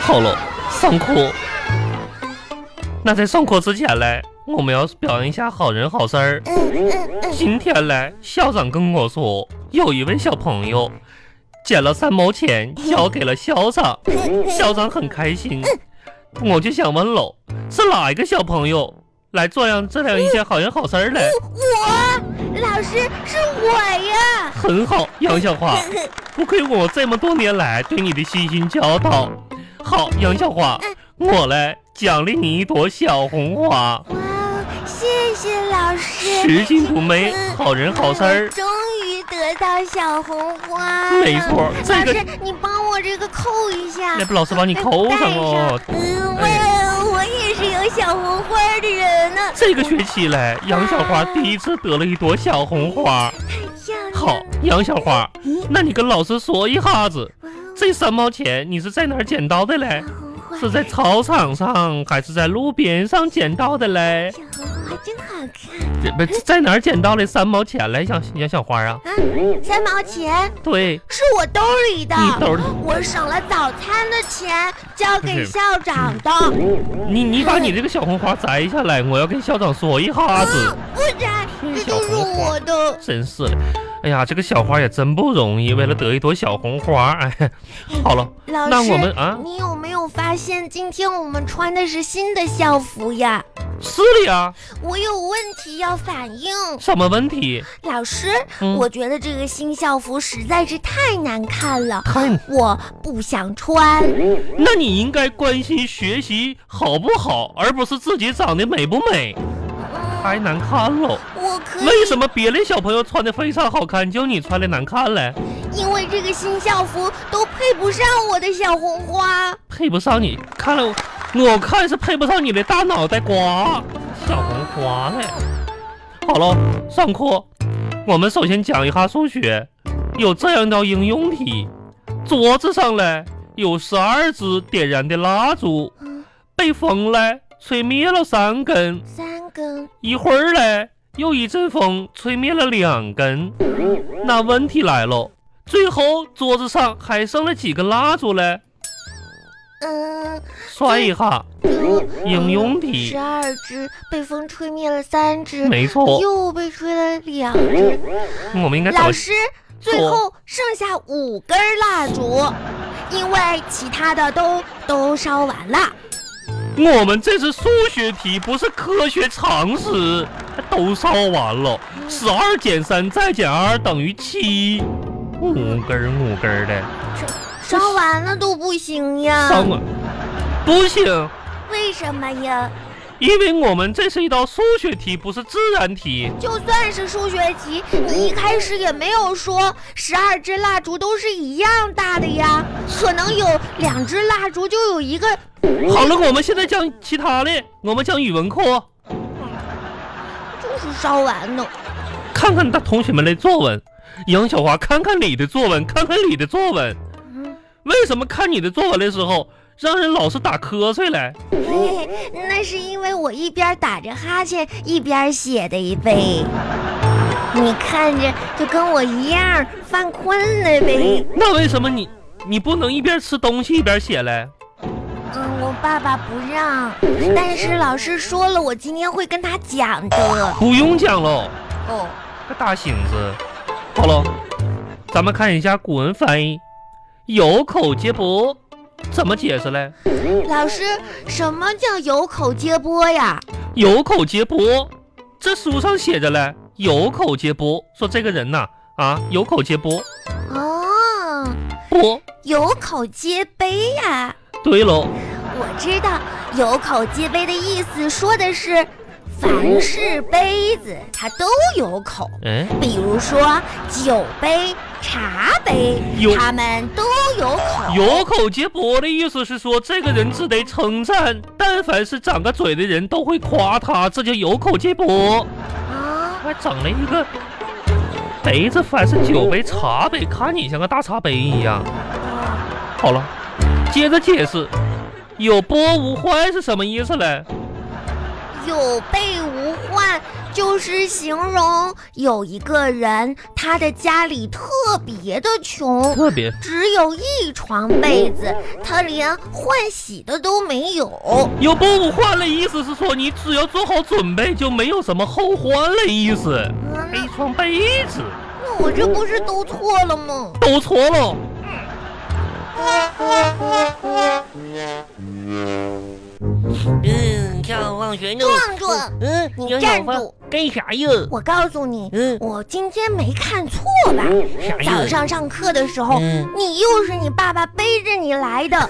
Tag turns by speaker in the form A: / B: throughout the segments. A: 好了，上课。那在上课之前嘞，我们要表扬一下好人好事儿。今天嘞，校长跟我说，有一位小朋友捡了三毛钱交给了校长，校长很开心。我就想问喽，是哪一个小朋友来做样这样一件好人好事儿嘞？
B: 我老师是我呀。
A: 很好，杨小花，不愧我这么多年来对你的悉心教导。好，杨小花，我来奖励你一朵小红花，
B: 哇，谢谢老师。
A: 拾金不昧，好人好事儿
B: 我。终于得到小红花。
A: 没错这
B: 老
A: 个
B: 师，你帮我这个扣一下
A: 那。不老师帮你扣上哦。
B: 嗯，
A: 哎
B: 我我也是有小红花的人呢、
A: 这个学期嘞，杨小花第一次得了一朵小红花。
B: 太漂亮了。
A: 好，杨小花，那你跟老师说一下子，
B: 哇哦，
A: 这三毛钱你是在哪儿捡到的嘞
B: 小？红花，
A: 是在操场上还是在路边上捡到的嘞？
B: 小红花真好看
A: 这不在哪儿捡到的三毛钱嘞？杨杨小花啊，
B: 啊！三毛钱
A: 对，
B: 是我兜里的，
A: 你兜里
B: 我省了早餐的钱交给
A: 是
B: 校长的。
A: 你你把你这个小红花摘下来，我要跟校长说一下子
B: 嗯。，不然
A: 天
B: 这
A: 小
B: 都是
A: 红花
B: 我的。
A: 真是的，哎呀，这个小花也真不容易，为了得一朵小红花，哎，好了，
B: 老师，
A: 那我们啊
B: 你有没有发现今天我们穿的是新的校服呀？
A: 是的呀，
B: 我有问题要反映。
A: 啊什么问题？
B: 老师，
A: 嗯
B: 我觉得这个新校服实在是太难看了，
A: 太，
B: 我不想穿。
A: 那你应该关心学习好不好，而不是自己长得美不美，太难看了。
B: 我可以，
A: 为什么别的小朋友穿的非常好看，就你穿的难看嘞？
B: 因为这个新校服都配不上我的小红花。
A: 配不上你，看了我看是配不上你的大脑袋瓜，小红花嘞。好了，上课，我们首先讲一下数学，有这样一道应用题：桌子上嘞有十二支点燃的蜡烛，
B: 嗯，
A: 被风嘞吹灭了三根，
B: 三根。
A: 一会儿嘞又一阵风吹灭了两根。那问题来了，最后桌子上还剩了几根蜡烛嘞？
B: 嗯，
A: 算一下。应用题
B: 十二只被风吹灭了三只，
A: 没错，
B: 又被吹了两只。
A: 我们应该找
B: 老师，最后剩下五根蜡烛，因为其他的都都烧完了。
A: 我们这是数学题，不是科学常识，都烧完了。十二减三再减二等于七，五根儿五根儿的
B: 烧完了都不行呀
A: 上？啊，不行，
B: 为什么呀？
A: 因为我们这是一道数学题，不是自然题。
B: 就算是数学题，你一开始也没有说十二支蜡烛都是一样大的呀，可能有两支蜡烛就有一个。
A: 好了，我们现在讲其他的，我们讲语文课，
B: 就是烧完呢，
A: 看看他同学们的作文。杨小华，看看你的作文，看看你的作文。
B: 嗯，
A: 为什么看你的作文的时候，让人老是打瞌睡嘞？
B: 嘿嘿 那是因为我一边打着哈欠一边写的一呗。你看着就跟我一样犯困了呗。
A: 那为什么你你不能一边吃东西一边写嘞？
B: 嗯，我爸爸不让，但是老师说了，我今天会跟他讲的。
A: 不用讲喽，
B: 哦，
A: 个大醒子。好了，咱们看一下古文翻译，有口皆不，怎么解释嘞？
B: 老师，什么叫有口皆播呀？
A: 有口皆不，这书上写着嘞，有口皆不，说这个人呐啊有口皆不
B: 哦，
A: 不。
B: 有口皆碑呀。
A: 对喽，
B: 我知道“有口皆碑”的意思，说的是凡是杯子它都有口，
A: 哎，
B: 比如说酒杯、茶杯
A: 有，
B: 它们都有口。
A: 有口皆不的意思是说，这个人值得称赞，但凡是长个嘴的人都会夸他，这叫有口皆不。
B: 啊，
A: 还整了一个杯子，凡是酒杯、茶杯，看你像个大茶杯一样。
B: 哦
A: 好了，接着解释，有波无欢是什么意思嘞？
B: 有备无患，就是形容有一个人，他的家里特别的穷，
A: 特别
B: 只有一床被子，他连换洗的都没有。啊
A: 有备无患的意思是说，你只要做好准备，就没有什么后患的意思。
B: 啊
A: 一
B: 那
A: 床被子
B: 那我这不是都错了吗？
A: 都错了，
C: 嗯，上放学呢。
B: 壮壮
C: 嗯，
B: 你
C: 要
B: 站
C: 想放
B: 住
C: 干啥呀？
B: 我告诉你，
C: 嗯
B: 我今天没看错吧？
C: 啥呀
B: 早上上课的时候，
C: 嗯
B: 你又是你爸爸背着你来 的。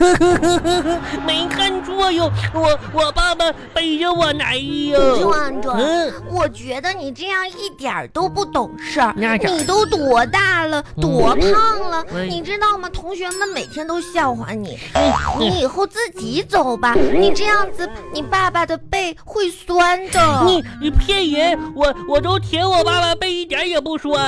C: 没看错哟，我我爸爸背着我哎来哟。
B: 壮壮，
C: 嗯
B: 我觉得你这样一点儿都不懂事儿。
C: 那咋
B: 你都多大了，
C: 嗯哎
B: 多胖了，
C: 我
B: 你知道吗？同学们每天都笑话你。
C: 你
B: 你以后自己走吧，
C: 嗯
B: 你这样子，你爸爸的背会酸的。
C: 你你骗人！我我都舔我爸爸背一点也不说，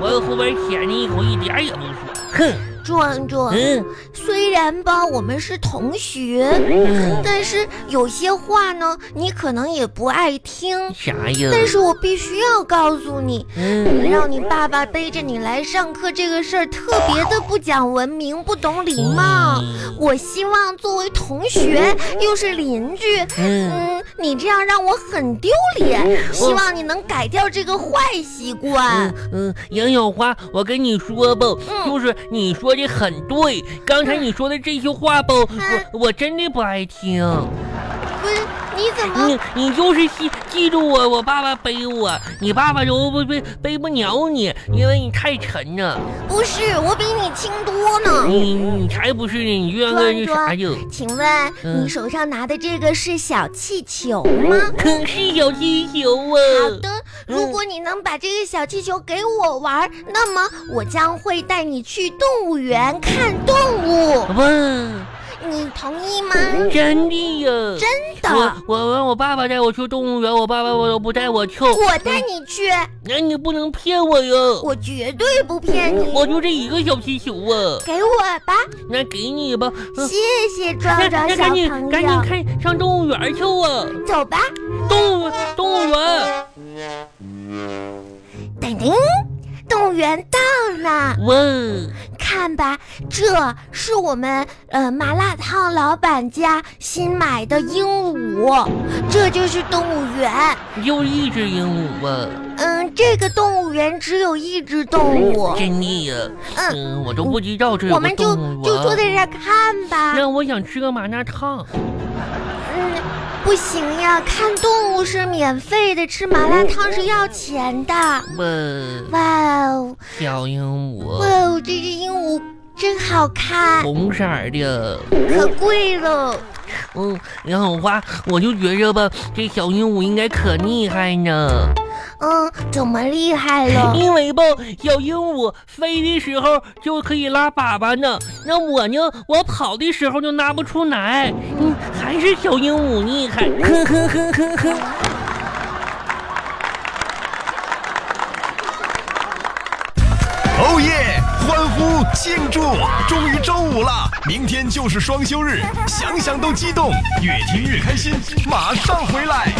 C: 我又后边舔你一口一点也不说。哼，
B: 壮壮，
C: 嗯
B: 虽然吧，我们是同学，
C: 嗯，
B: 但是有些话呢，你可能也不爱听，
C: 啥呀？
B: 但是我必须要告诉你，
C: 嗯
B: 让你爸爸背着你来上课这个事儿特别的不讲文明，不懂礼貌。
C: 嗯
B: 我希望作为同学，又是邻居，
C: 嗯，
B: 嗯，你这样让我很丢脸，希望你能改掉这个坏习惯
C: 嗯。嗯，杨小花，我跟你说吧，
B: 嗯
C: 就是你说的很对，刚才你说的这些话吧，
B: 嗯啊
C: 我我真的不爱听。
B: 不是，你怎么？
C: 你你就是记记住我，我爸爸背我，你爸爸都不背背不了你，因为你太沉了。
B: 不是，我比你轻多呢。
C: 你你才不是呢，你就像个那啥呀？
B: 请问
C: 哎嗯
B: 你手上拿的这个是小气球吗？
C: 可是小气球啊！
B: 好的，如
C: 嗯
B: 果你能把这个小气球给我玩儿，那么我将会带你去动物园看动物，
C: 哇，
B: 你同意吗？
C: 真的呀！
B: 真的，
C: 我我让我爸爸带我去动物园，我爸爸我都不带我去。
B: 我带你去，
C: 那你不能骗我哟！
B: 我绝对不骗你。
C: 嗯我就这一个小气球啊，
B: 给我吧，
C: 那给你吧。嗯
B: 谢谢
C: 那
B: 壮壮小
C: 那赶
B: 朋
C: 紧赶紧
B: 友，
C: 看上动物园去啊！
B: 走吧。
C: 动物动物园，
B: 等等，动物园到了，
C: 哇！
B: 看吧，这是我们呃麻辣烫老板家新买的鹦鹉，这就是动物园。
C: 就是一只鹦鹉啊吧，
B: 嗯，这个动物园只有一只动物，
C: 真的呀！
B: 嗯，
C: 嗯，我都不知道这有
B: 我
C: 个
B: 们就
C: 动物
B: 就坐
C: 园。
B: 在这儿看吧。
C: 那我想吃个麻辣烫，
B: 嗯，不行呀，看动物是免费的，吃麻辣烫是要钱的。
C: 哇，
B: 哇哦，
C: 小鹦
B: 哇
C: 鹉，
B: 哦，这只鹦鹉真好看，
C: 红色儿的。
B: 可贵了。
C: 嗯，杨小花，我就觉着吧，这小鹦鹉应该可厉害呢。
B: 嗯，怎么厉害 了？
C: 因为吧，小鹦鹉飞的时候就可以拉粑粑呢，那我呢，我跑的时候就拉不出来，嗯，还是小鹦鹉厉害。呵呵呵呵呵。
D: 哦耶！欢呼庆祝！终于周五了，明天就是双休日，想想都激动，越听越开心，马上回来。